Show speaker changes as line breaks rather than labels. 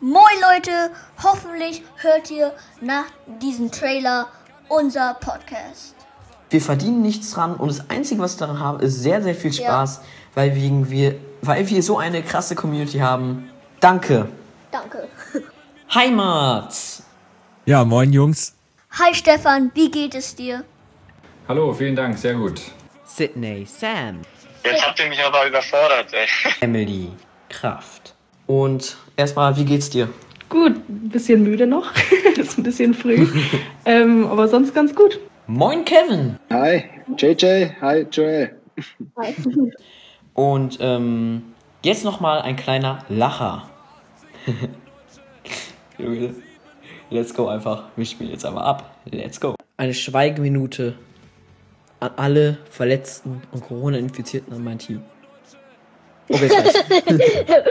Moin Leute, hoffentlich hört ihr nach diesem Trailer unser Podcast.
Wir verdienen nichts dran und das Einzige, was wir daran haben, ist sehr, sehr viel Spaß, weil, wegen wir, weil wir so eine krasse Community haben. Danke.
Danke.
Heimat.
Ja, moin Jungs.
Hi Stefan, wie geht es dir?
Hallo, vielen Dank, sehr gut.
Sydney, Sam,
Jetzt habt ihr mich aber überfordert, ey.
Emily, Kraft. Und erstmal, wie geht's dir?
Gut, ein bisschen müde noch. ist ein bisschen früh. ähm, aber sonst ganz gut.
Moin Kevin.
Hi, JJ. Hi, Joel.
Und ähm, jetzt nochmal ein kleiner Lacher. Junge, let's go einfach. Wir spielen jetzt einfach ab. Let's go. Eine Schweigeminute an alle Verletzten und Corona-Infizierten an mein Team. Okay, das heißt,